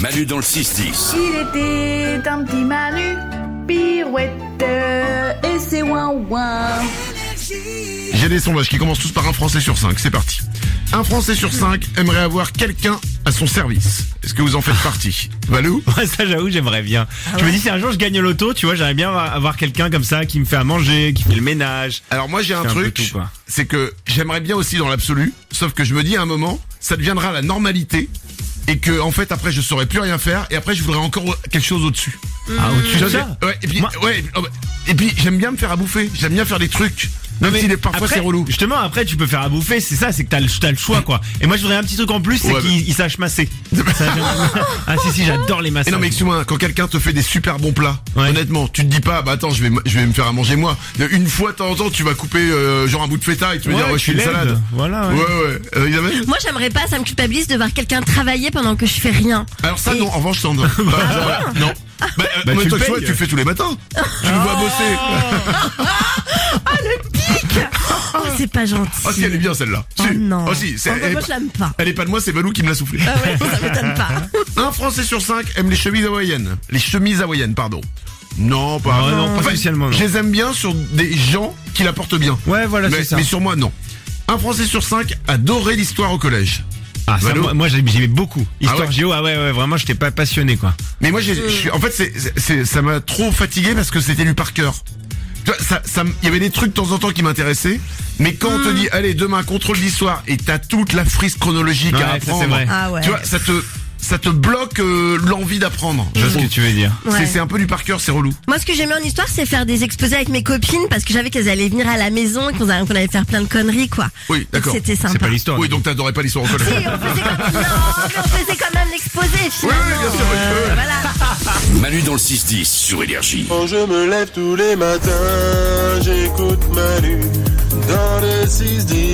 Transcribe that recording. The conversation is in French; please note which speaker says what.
Speaker 1: Manu dans le 6-10.
Speaker 2: Il était un petit Manu, pirouette, euh, et c'est ouin ouin.
Speaker 3: Il y a des sondages qui commencent tous par un Français sur cinq. C'est parti. Un Français sur cinq aimerait avoir quelqu'un à son service. Est-ce que vous en faites partie Valou
Speaker 4: Ouais, Ah, ça j'avoue, j'aimerais bien.
Speaker 3: Ah
Speaker 4: je me dis si un jour je gagne l'auto, tu vois, j'aimerais bien avoir- avoir quelqu'un comme ça qui me fait à manger, qui fait le ménage.
Speaker 3: Alors moi j'ai un
Speaker 4: C'est un peu
Speaker 3: truc,
Speaker 4: tout, quoi.
Speaker 3: c'est que j'aimerais bien aussi dans l'absolu, sauf que je me dis à un moment, ça deviendra la normalité et que en fait après je saurais plus rien faire et après je voudrais encore quelque chose au-dessus.
Speaker 4: Ah, au-dessus de
Speaker 3: Ça,
Speaker 4: ça
Speaker 3: c'est- ouais, et puis,
Speaker 4: Moi-
Speaker 3: ouais, et puis- oh, bah, et puis j'aime bien me faire à bouffer, j'aime bien faire des trucs. Même si les- parfois
Speaker 4: après,
Speaker 3: c'est relou.
Speaker 4: Justement, après tu peux faire à bouffer, c'est ça, c'est que t'as le, t'as le choix quoi. Et moi je voudrais un petit truc en plus, c'est
Speaker 3: Ouais,
Speaker 4: qu'il il sache masser. Ça, j'aime- ah si si, j'adore les
Speaker 3: Et
Speaker 4: massages.
Speaker 3: non mais excuse-moi, quand quelqu'un te fait des super bons plats,
Speaker 4: Ouais.
Speaker 3: honnêtement, tu te dis pas, bah attends, je vais, me- je vais me faire à manger moi. Une fois de temps en temps, tu vas couper euh, genre un bout de feta et tu vas
Speaker 4: Ouais,
Speaker 3: dire, ouais, je
Speaker 4: tu
Speaker 3: fais une
Speaker 4: l'aides.
Speaker 3: salade.
Speaker 4: Voilà.
Speaker 3: Ouais,
Speaker 4: ouais.
Speaker 3: ouais. Euh, Isabelle
Speaker 5: Moi, j'aimerais pas, ça me culpabilise de voir quelqu'un travailler pendant que je fais rien.
Speaker 3: Alors ça
Speaker 5: Et-
Speaker 3: non, en revanche Sandre. Bah, genre, non. Bah, euh,
Speaker 4: Bah,
Speaker 3: mais
Speaker 4: tu
Speaker 3: toi,
Speaker 4: le
Speaker 3: tu, vois,
Speaker 4: payes.
Speaker 3: tu le fais tous les matins. Tu le vois bosser.
Speaker 5: Oh, c'est pas gentil.
Speaker 3: Ah si elle est bien celle-là.
Speaker 5: Oh
Speaker 3: Si.
Speaker 5: non.
Speaker 3: Ah, si, c'est-
Speaker 5: Oh, bah,
Speaker 3: elle, est
Speaker 5: moi,
Speaker 3: pas-
Speaker 5: je l'aime pas.
Speaker 3: elle est pas de moi, c'est Valou qui me l'a soufflé.
Speaker 5: Ah ouais, ça m'étonne pas.
Speaker 3: Un Français sur cinq aime les chemises hawaïennes. Les chemises hawaïennes, pardon. Non, pas.
Speaker 4: Ah, non, pas
Speaker 3: Enfin,
Speaker 4: spécialement, non.
Speaker 3: Je les aime bien sur des gens qui la portent bien.
Speaker 4: Ouais, voilà,
Speaker 3: mais,
Speaker 4: c'est ça.
Speaker 3: mais sur moi, non. Un Français sur cinq adorait l'histoire au collège.
Speaker 4: Ah, ça,
Speaker 3: Valou
Speaker 4: moi, moi, j'aimais beaucoup. Histoire
Speaker 3: Ah ouais
Speaker 4: géo, ah ouais, ouais, vraiment, j'étais pas passionné, quoi.
Speaker 3: Mais moi, j'ai, je suis- en fait, c'est, c'est- c'est- ça m'a trop fatigué parce que c'était lu par cœur. Tu vois, ça, ça, m- il y avait des trucs de temps en temps qui m'intéressaient, mais quand on te dit, allez, demain, contrôle d'histoire, et t'as toute la frise chronologique
Speaker 4: Ouais,
Speaker 3: à
Speaker 4: ça, c'est
Speaker 3: apprendre.
Speaker 4: vrai.
Speaker 5: Ah ouais.
Speaker 3: Tu vois, ça te, ça te bloque euh, l'envie d'apprendre.
Speaker 4: Je vois ce
Speaker 3: trouve.
Speaker 4: que tu veux dire.
Speaker 3: C'est,
Speaker 5: Ouais.
Speaker 3: c'est un peu du par cœur, c'est relou.
Speaker 5: Moi, ce que j'aimais en histoire, c'est faire des exposés avec mes copines parce que j'avais qu'elles allaient venir à la maison et qu'on allait qu'on allait faire plein de conneries, quoi.
Speaker 3: Oui,
Speaker 5: Donc,
Speaker 3: d'accord.
Speaker 5: C'était sympa.
Speaker 4: C'est pas l'histoire.
Speaker 3: Oui, donc t'adorais pas l'histoire au
Speaker 5: Si,
Speaker 3: collège.
Speaker 5: on faisait quand même, non, mais on faisait quand même l'exposé,
Speaker 3: Oui,
Speaker 5: finalement.
Speaker 3: oui, bien sûr, oui, oui.
Speaker 5: Voilà.
Speaker 1: Manu dans le 6-10 sur Énergie.
Speaker 6: Quand je me lève tous les matins, j'écoute Manu dans le 6-10.